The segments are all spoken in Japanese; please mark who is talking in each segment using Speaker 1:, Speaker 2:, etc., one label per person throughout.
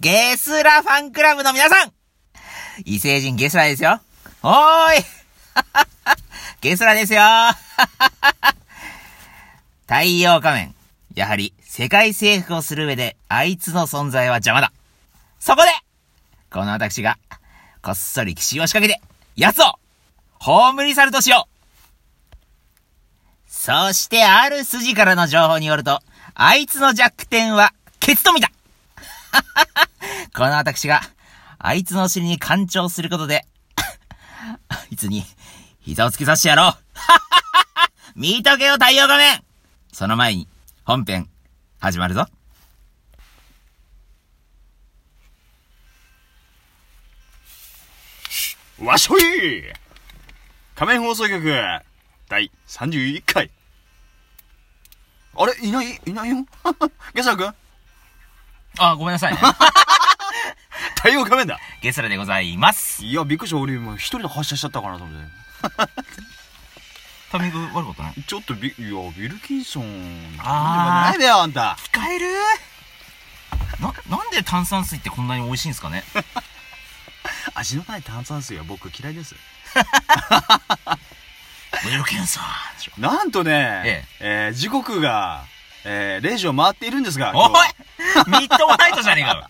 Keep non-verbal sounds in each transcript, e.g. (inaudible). Speaker 1: ゲスラファンクラブの皆さん異星人ゲスラですよおーい (laughs) ゲスラですよ (laughs) 太陽仮面。やはり、世界征服をする上で、あいつの存在は邪魔だそこでこの私が、こっそり奇襲を仕掛けて、奴を、葬り去るとしようそして、ある筋からの情報によると、あいつの弱点は、ケツと見たこの私が、あいつの尻に干潮することで、 (laughs) あいつに、膝を突き刺してやろう (laughs) 見とけよ、太陽仮面その前に、本編、始まるぞ。
Speaker 2: わっしょい仮面放送局第31回。あれいないいないよ (laughs) ゲスラ君
Speaker 1: あ、ごめんな (laughs) さい、ね。
Speaker 2: 太陽仮面だ
Speaker 1: ゲスラでございます。
Speaker 2: いや、びっくりした。俺今一人で発射しちゃったかなと思って。
Speaker 1: タイミング悪かったね。
Speaker 2: ちょっとび、いや、ビルキンソン。
Speaker 1: あー
Speaker 2: なんでもないだよ、あんた。
Speaker 1: 使えるな、なんで炭酸水ってこんなに美味しいんですか (laughs) ね
Speaker 2: 味のない炭酸水は僕嫌いです。
Speaker 1: 無料検査でしょ。
Speaker 2: なんとね、えー時刻が、えー、0時を回っているんですが、
Speaker 1: おい
Speaker 2: 今日
Speaker 1: ミッドナイトじゃねえ (laughs) かよ。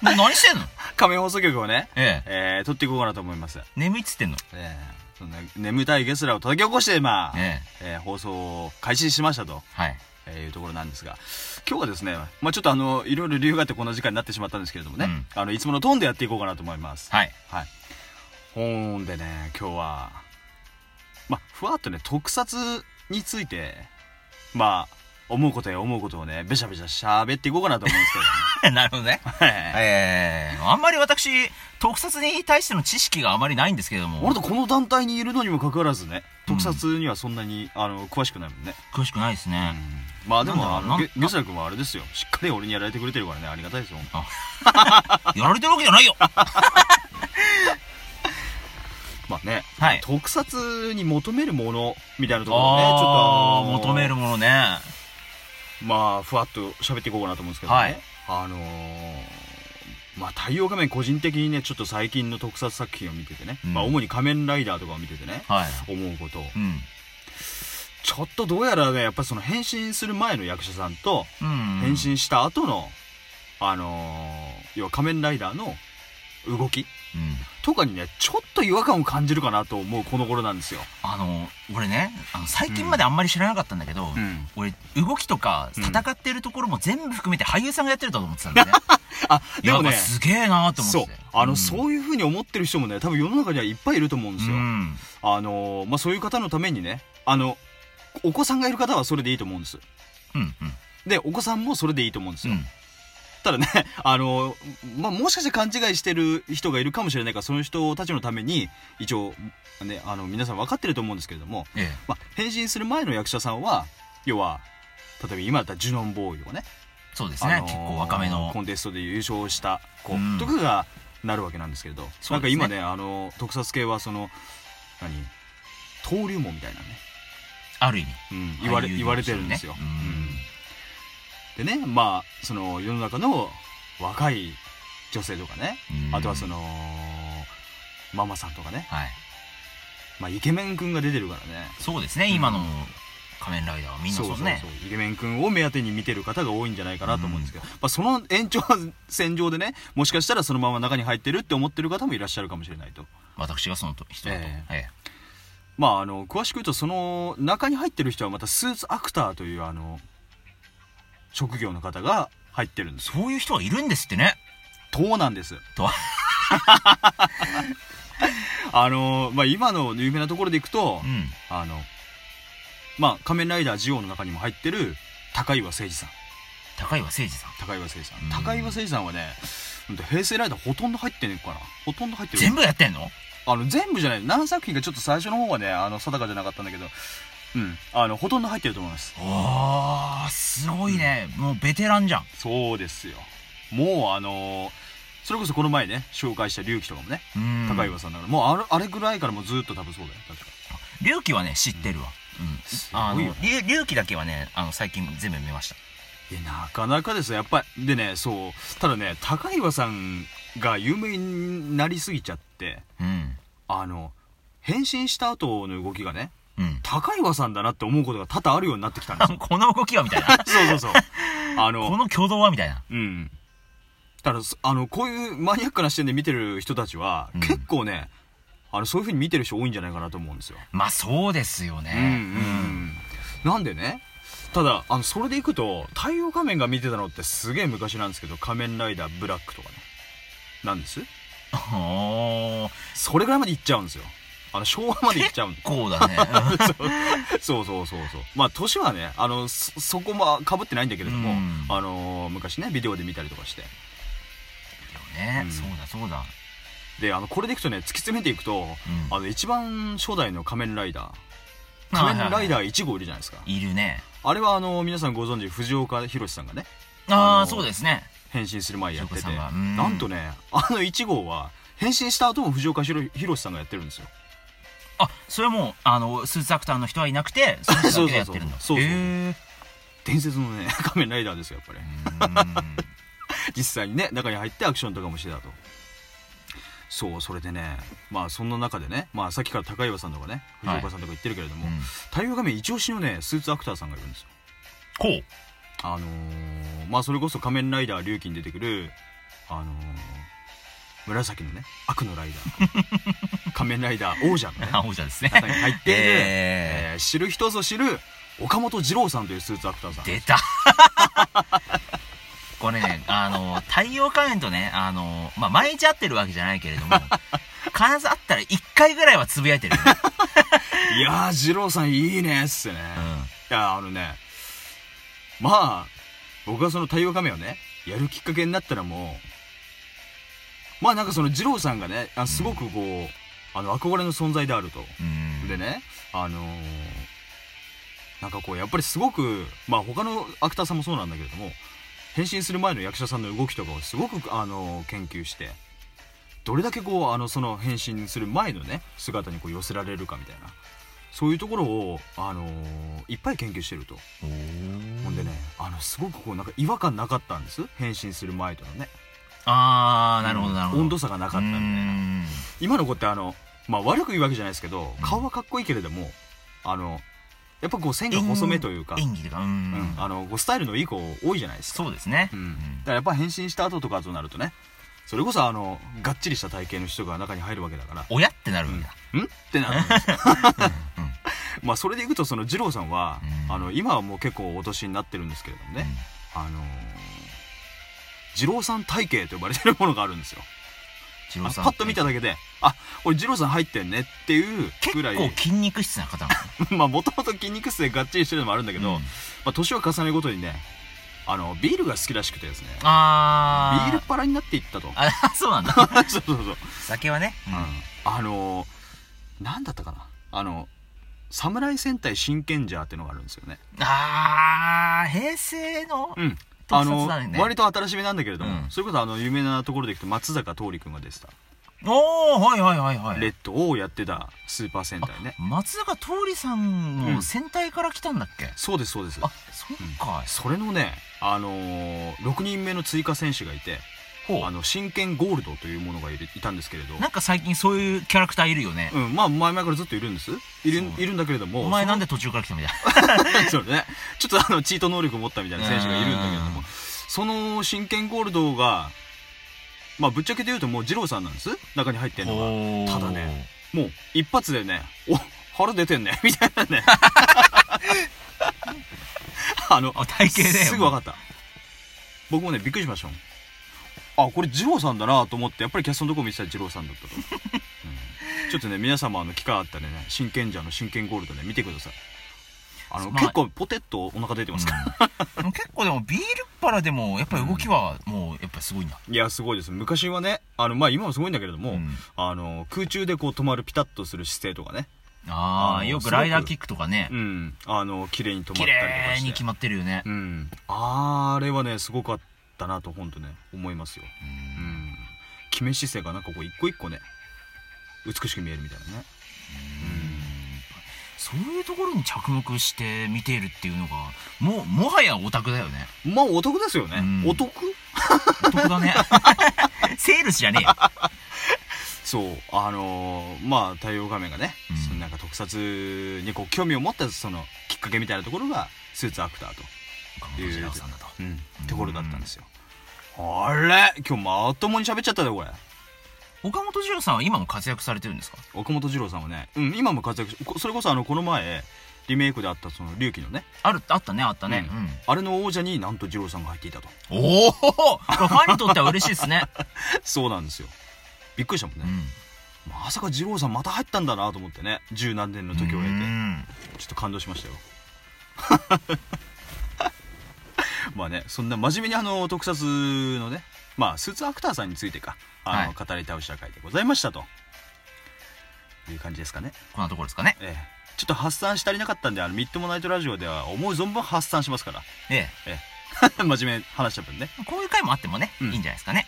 Speaker 1: もう何してんの
Speaker 2: 仮面放送局をね、
Speaker 1: ええ。
Speaker 2: えー、撮っていこうかなと思います。
Speaker 1: 眠いっつってんの
Speaker 2: えー、そんな眠たいゲスラを叩き起こして今、
Speaker 1: ええ。
Speaker 2: えー放送を開始しましたと、
Speaker 1: はい。
Speaker 2: えーいうところなんですが今日はですね、まあ、ちょっとあのいろいろ理由があってこんな時間になってしまったんですけれどもね、
Speaker 1: うん
Speaker 2: あのいつものトーンでやっていこうかなと思います、
Speaker 1: はい。
Speaker 2: はい、ほんでね今日は、まあ、ふわっとね特撮についてまあ思うことや思うことをねべしゃべしゃしゃべっていこうかなと思うんです
Speaker 1: (laughs) なるほどね。
Speaker 2: けど、
Speaker 1: (laughs)
Speaker 2: ね
Speaker 1: ええあんまり私、特撮に対しての知識があまりないんですけれども。
Speaker 2: 俺とこの団体にいるのにもかかわらずね特撮にはそんなに、あの詳しくないもんね
Speaker 1: 詳しくないですね。
Speaker 2: まあでも、
Speaker 1: な
Speaker 2: あ
Speaker 1: んだ
Speaker 2: の、
Speaker 1: なん
Speaker 2: ゲゲスラ君はあれですよ。しっかり俺にやられてくれてるからね、ありがたいですよ。
Speaker 1: やられてるわけじゃないよ
Speaker 2: まあね、
Speaker 1: はい。
Speaker 2: 特撮に求めるもの、みたいなところをね、ちょっと
Speaker 1: あ
Speaker 2: あ
Speaker 1: あ、
Speaker 2: のー
Speaker 1: 求めるものね。
Speaker 2: まあ、ふわっと喋っていこうかなと思うんですけどね。
Speaker 1: はい
Speaker 2: あのーまあ、太陽仮面個人的にね、ちょっと最近の特撮作品を見ててね、
Speaker 1: うん
Speaker 2: まあ、主に仮面ライダーとかを見ててね、
Speaker 1: はい。
Speaker 2: 思うことを
Speaker 1: うん。
Speaker 2: ちょっとどうやらね、やっぱりその変身する前の役者さんと、
Speaker 1: うん。
Speaker 2: 変身した後の、あのー要は仮面ライダーの動き
Speaker 1: うん。
Speaker 2: とかにね、ちょっと違和感を感じるかなと思うこの頃なんですよ。
Speaker 1: あの、俺ね、あの最近まであんまり知らなかったんだけど、
Speaker 2: ん。
Speaker 1: 俺、動きとか、
Speaker 2: うん
Speaker 1: 戦ってるところも全部含めて俳優さんがやってると思ってたんだよね。
Speaker 2: (laughs) あ、
Speaker 1: い
Speaker 2: で
Speaker 1: や
Speaker 2: もね、
Speaker 1: すげえなーと思って
Speaker 2: そ
Speaker 1: て
Speaker 2: う。。あの、
Speaker 1: ん
Speaker 2: そういう風に思ってる人もね、多分世の中にはいっぱいいると思うんですよ。
Speaker 1: うん。
Speaker 2: あのー、まあ、そういう方のためにね、あの、お子さんがいる方はそれでいいと思うんです。
Speaker 1: うん。うん。
Speaker 2: で、お子さんもそれでいいと思うんです
Speaker 1: う
Speaker 2: よ。
Speaker 1: ん。
Speaker 2: ただね、 (laughs) あのー、まあ、もしかして勘違いしてる人がいるかもしれないから、その人たちのために、一応、ね、あの、皆さん分かってると思うんですけれども、
Speaker 1: ええ。
Speaker 2: まあ、変身する前の役者さんは、要は、例えば今だったらジュノンボーイとかね、
Speaker 1: そうですね。
Speaker 2: あのー
Speaker 1: 結構若めの
Speaker 2: コ。ンテストで優勝した子
Speaker 1: うん
Speaker 2: とかがなるわけなんですけれど、
Speaker 1: そ
Speaker 2: な
Speaker 1: うん
Speaker 2: か
Speaker 1: ですね
Speaker 2: 今ねあの特撮系はその何登竜門みたいなね、
Speaker 1: ある意味。
Speaker 2: うん言われ
Speaker 1: 俳優
Speaker 2: 言われてるんですよ、
Speaker 1: ねうん
Speaker 2: うんでねまあその世の中の若い女性とかね、あとはそ
Speaker 1: の。
Speaker 2: のママさんとかね、
Speaker 1: はい。
Speaker 2: まあ、イケメンくんが出てるからね
Speaker 1: そうですね。今の仮面ライダーはみんなそうですね。
Speaker 2: そうそうイケメン君を目当てに見てる方が多いんじゃないかなと思うんですけど、まあ、その延長線上でねもしかしたらそのまま中に入ってるって思ってる方もいらっしゃるかもしれないと
Speaker 1: 私がそのと人だと。
Speaker 2: え
Speaker 1: ええ
Speaker 2: まああの詳しく言うとその中に入ってる人はまたスーツアクターというあの職業の方が入ってるんですよ
Speaker 1: そういう人がいるんですってね。
Speaker 2: そうなんです
Speaker 1: と
Speaker 2: (laughs) あの、まあ、今の有名なところでいくと、
Speaker 1: うん。
Speaker 2: あのまあ仮面ライダージオの中にも入ってる高岩誠二さん
Speaker 1: 高岩誠二さん。
Speaker 2: 高岩誠司さん
Speaker 1: うん
Speaker 2: 高岩誠司さんはねうんと平成ライダーほとんど入ってねえかなほとんど入ってる
Speaker 1: 全部やってんの
Speaker 2: あの全部じゃない何作品かちょっと最初の方はねあの定かじゃなかったんだけどうんあのほとんど入ってると思います
Speaker 1: おー、すごいね。もうベテランじゃん。
Speaker 2: そうですよもうあのーそれこそこの前ね紹介した龍騎とかもね
Speaker 1: うん。
Speaker 2: 高岩さんだから、もうあれあれぐらいからもうずっと多分そうだよ確か
Speaker 1: 龍騎はね、知ってるわ。うん。
Speaker 2: す
Speaker 1: あ
Speaker 2: ごい
Speaker 1: の
Speaker 2: よね、
Speaker 1: 龍龍騎だけはね、あの、最近全部見ました。
Speaker 2: いや、なかなかですよ。やっぱり、でね、そう。ただね、高岩さんが有名になりすぎちゃって、
Speaker 1: うん。
Speaker 2: あの、変身した後の動きがね、
Speaker 1: うん。
Speaker 2: 高岩さんだなって思うことが多々あるようになってきたんです
Speaker 1: (laughs)
Speaker 2: よ。
Speaker 1: この動きはみたいな。
Speaker 2: (laughs) そうそうそう。 (laughs) あの、
Speaker 1: この挙動はみたいな。
Speaker 2: うん。ただ、そあの、こういうマニアックな視点で見てる人たちは、
Speaker 1: うん
Speaker 2: 結構ね、あの、そういう風に見てる人多いんじゃないかなと思うんですよ。
Speaker 1: まあそうですよね。
Speaker 2: うんうん。なんでね、ただ、あの、それでいくと、太陽仮面が見てたのってすげえ昔なんですけど、仮面ライダーブラックとかね。なんです
Speaker 1: うん (laughs) おー
Speaker 2: それぐらいまで行っちゃうんですよ。あの、昭和まで行っちゃうん
Speaker 1: こうだ
Speaker 2: (laughs)
Speaker 1: ね。
Speaker 2: そうそうそうそう。まあ、年はね、あの、そ、そこも被ってないんだけれども、
Speaker 1: うん
Speaker 2: あのー昔ね、ビデオで見たりとかして。
Speaker 1: ね
Speaker 2: う、ん
Speaker 1: そうだそうだ。
Speaker 2: で、あの、これでいくとね、突き詰めていく
Speaker 1: う
Speaker 2: と、
Speaker 1: ん
Speaker 2: あの、一番初代の仮面ライダー。仮面ライダー1号いるじゃないですか。
Speaker 1: いるね。
Speaker 2: あれはあの、皆さんご存知、藤岡弘さんがね、
Speaker 1: ああ、
Speaker 2: あのー
Speaker 1: そうですね。
Speaker 2: 変身する前やってて、
Speaker 1: 藤岡さんがうん
Speaker 2: なんとね、あの1号は、変身した後も藤岡弘さんがやってるんですよ。
Speaker 1: あ、それはもう、あの、スーツアクターの人はいなくて、その人だけでやってるんだ。
Speaker 2: そうそうそうそうそうそう
Speaker 1: へー
Speaker 2: 伝説のね、 (laughs) 仮面ライダーですよ、やっぱり。
Speaker 1: うん
Speaker 2: 実際にね、中に入ってアクションとかもしてたと。そう、それでね、まあそんな中でね、まあさっきから高岩さんとかね、藤岡さんとか言ってるけれども、
Speaker 1: うん
Speaker 2: 太陽仮面一押しのね、スーツアクターさんがいるんですよ。
Speaker 1: こう。
Speaker 2: あのーまあそれこそ仮面ライダー龍騎に出てくるあのー紫のね悪のライダ
Speaker 1: (laughs)
Speaker 2: ー仮面ライダー王者のね
Speaker 1: あ、王者ですね。
Speaker 2: 中に入っている、
Speaker 1: え
Speaker 2: えー知る人ぞ知る岡本二郎さんというスーツアクターさん
Speaker 1: 出た (laughs) これね、あの、太陽仮面とね、あの、まあ、毎日会ってるわけじゃないけれど
Speaker 2: (laughs)
Speaker 1: も、必ず会ったら1回ぐらいはつぶやいてるよね。
Speaker 2: いやー二郎さんいいねっす
Speaker 1: う
Speaker 2: ね、い
Speaker 1: ん。
Speaker 2: やーあのねまあ僕はその太陽仮面をねやるきっかけになったらもうまあなんかその二郎さんがねあすごくこう、あの憧れの存在であると、
Speaker 1: うん
Speaker 2: (laughs) でね、あのーなんかこう、やっぱりすごく、まあ他のアクターさんもそうなんだけれども、変身する前の役者さんの動きとかをすごく、あのー研究して、どれだけこう、あの、その変身する前のね、姿にこう寄せられるかみたいな、そういうところを、あのーいっぱい研究してると。ほんでね、あの、すごくこう、なんか違和感なかったんです。変身する前とのね。
Speaker 1: あー、なるほど、なるほど。
Speaker 2: 温度差がなかったみたいな。
Speaker 1: うん
Speaker 2: 今の子ってあの、まあ、悪く言うわけじゃないですけど顔はかっこいいけれども、あのやっぱこう線が細めというか、
Speaker 1: 演技とか、う
Speaker 2: うん
Speaker 1: ん。
Speaker 2: あのこうスタイルのいい子多いじゃないですか
Speaker 1: そうですね
Speaker 2: う。ん、だからやっぱ変身した後とかとなるとねそれこそあのがっちりした体型の人が中に入るわけだから
Speaker 1: 親ってなる
Speaker 2: うんん
Speaker 1: だ。
Speaker 2: うんってなるんですよ
Speaker 1: うん
Speaker 2: (laughs) まあそれでいくとその二郎さんは、
Speaker 1: うん
Speaker 2: あの今はもう結構お年になってるんですけれどもね、あのー二郎さん体型と呼ばれてるものがあるんですよ
Speaker 1: 二
Speaker 2: あ
Speaker 1: 郎
Speaker 2: パ
Speaker 1: さん
Speaker 2: ッと見ただけであ俺二郎さん入ってんねっていう
Speaker 1: 結
Speaker 2: ぐらい
Speaker 1: 構筋肉質な方な
Speaker 2: (laughs) まあもともと筋肉質でがっちりしてるのもあるんだけど、
Speaker 1: の。うん
Speaker 2: まあ年を重ねるごとにね、あの、ビールが好きらしくてですね、ビ
Speaker 1: あ
Speaker 2: ール
Speaker 1: ー。
Speaker 2: パラになっていったと。
Speaker 1: あ、 (laughs) そうなんだ。
Speaker 2: (laughs) そうそうそう。
Speaker 1: 酒はね。うん
Speaker 2: あのー、なんだったかな。あの、侍戦隊真剣ジャーっていうのがあるんですよね。
Speaker 1: あー、平成の
Speaker 2: うん。あ
Speaker 1: 特撮
Speaker 2: の
Speaker 1: だね、
Speaker 2: 割と新しめなんだけれども、
Speaker 1: うん
Speaker 2: それこそあの、有名なところでいくと松坂桃李君が出てた、
Speaker 1: おー、はいはいはいはい。
Speaker 2: レッドをやってたスーパー戦隊ね。
Speaker 1: 松坂桃李さん
Speaker 2: う
Speaker 1: も
Speaker 2: ん
Speaker 1: 戦隊から来たんだっけ、
Speaker 2: そうです、そうです。
Speaker 1: あ、そっか。
Speaker 2: それのね、あのー、6人目の追加選手がいて、
Speaker 1: ほ
Speaker 2: あの真剣ゴールドというものがいるいたんですけれど
Speaker 1: う。、なんか最近そういうキャラクターいるよね。
Speaker 2: うん、まあ前々からずっといるんですいる
Speaker 1: そう
Speaker 2: いるんだけれども
Speaker 1: お前なん
Speaker 2: で
Speaker 1: で途中から来たみたい
Speaker 2: そうねちょっとあのチート能力を持ったみたいな選手がいるんだけれども
Speaker 1: うん
Speaker 2: その真剣ゴールドがまあぶっちゃけて言うともう二郎さんなんです中に入ってん
Speaker 1: な。
Speaker 2: のが
Speaker 1: おー
Speaker 2: ただね。もう一発でねお腹出てんねみ (laughs) たいなねあの
Speaker 1: (laughs) あ、体型だよ。
Speaker 2: すぐ分かった僕もねびっくりしましたもんあこれ二郎さんだなと思ってやっぱりキャストのとこ見てたら二郎さんだったと、うんちょっとね皆様あの機会あったらね真剣ジャーの真剣ゴールドね見てくださいあの、
Speaker 1: まあ
Speaker 2: 結構ポテッとお腹出てますから、
Speaker 1: うん (laughs) 結構でもビールっ腹でもやっぱり動きはもうやっぱすごいんだ。
Speaker 2: いやすごいです昔はねあのまあ今もすごいんだけれども、
Speaker 1: うん
Speaker 2: あの空中でこう止まるピタッとする姿勢とかね
Speaker 1: あ
Speaker 2: あ
Speaker 1: ー、
Speaker 2: の
Speaker 1: よく
Speaker 2: すごく
Speaker 1: ライダーキックとかね
Speaker 2: う。んあの綺麗に止まった
Speaker 1: 綺
Speaker 2: りとか
Speaker 1: 麗
Speaker 2: して
Speaker 1: に決まってるよね。
Speaker 2: うんあれはねすごかったなと本当ね思いますよ
Speaker 1: うん
Speaker 2: うん決め姿勢がなんかこう一個一個ね美しく見えるみたいなね
Speaker 1: そういうところに着目して見ているっていうのが、もう、もはやオタクだよね。
Speaker 2: まあお得ですよね、
Speaker 1: うん
Speaker 2: お得
Speaker 1: お得だ (laughs) ね。セールスじゃねえよ。
Speaker 2: そうあのーまあ太陽仮面がね、
Speaker 1: うん
Speaker 2: そのなんか特撮にこう興味を持ったそのきっかけみたいなところがスーツアクターと、
Speaker 1: 岡本二郎さん (laughs) だと。
Speaker 2: うん、ところだったんですよ、あれ今日まともに喋っちゃったねこれ
Speaker 1: 岡本二郎さんは今も活躍されてるんですか
Speaker 2: 岡本二郎さんはね、うん、今も活躍しこそれこそあのこの前リメイクであったその龍騎のね
Speaker 1: ある、あったね、あったね。うん
Speaker 2: あれの王者になんと二郎さんが入っていたと
Speaker 1: (laughs) おおファンにとっては嬉しいですね。
Speaker 2: そうなんですよびっくりしたもん
Speaker 1: う
Speaker 2: ね、
Speaker 1: ん。
Speaker 2: まさか二郎さんまた入ったんだなと思ってね十何年の時を経て
Speaker 1: うん
Speaker 2: ちょっと感動しましたよ (laughs) まあねそんな真面目にあの特撮のねまあスーツアクターさんについてかあ
Speaker 1: は
Speaker 2: の、語り倒した回でございましたという感じですかね
Speaker 1: こんなところですかね。
Speaker 2: ええちょっと発散し足りなかったんであのミッドもナイトラジオでは思う存分発散しますから
Speaker 1: え
Speaker 2: (laughs) 真面目に話した分ね。
Speaker 1: え。こういう回もあってもね、
Speaker 2: うん
Speaker 1: いいんじゃないですかね。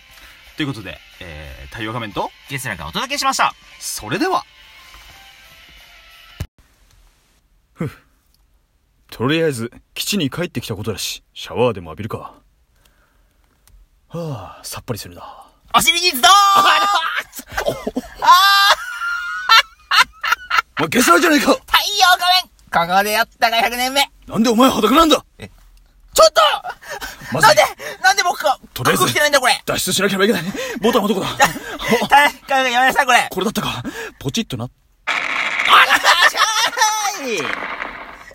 Speaker 2: ということで、えー、太陽仮面と、
Speaker 1: ゲスラがお届けしました。
Speaker 2: それでは、
Speaker 3: とりあえず基地に帰ってきたことだしシャワーでも浴びるかはあさっぱりするな
Speaker 1: お尻にズドーン
Speaker 3: お前ゲスラじゃねえか
Speaker 1: 太陽仮面ここでやったが100年目
Speaker 3: なんでお前裸なんだ
Speaker 1: ちょっと
Speaker 3: まず
Speaker 1: ないんでなんで僕が
Speaker 3: とりあえず
Speaker 1: 服着てないんだこれ
Speaker 3: 脱出しなければいけないボタンはど
Speaker 1: (laughs)
Speaker 3: こだ
Speaker 1: たかやめなさいこれ
Speaker 3: これだったかポチッとな
Speaker 1: あらしゃーい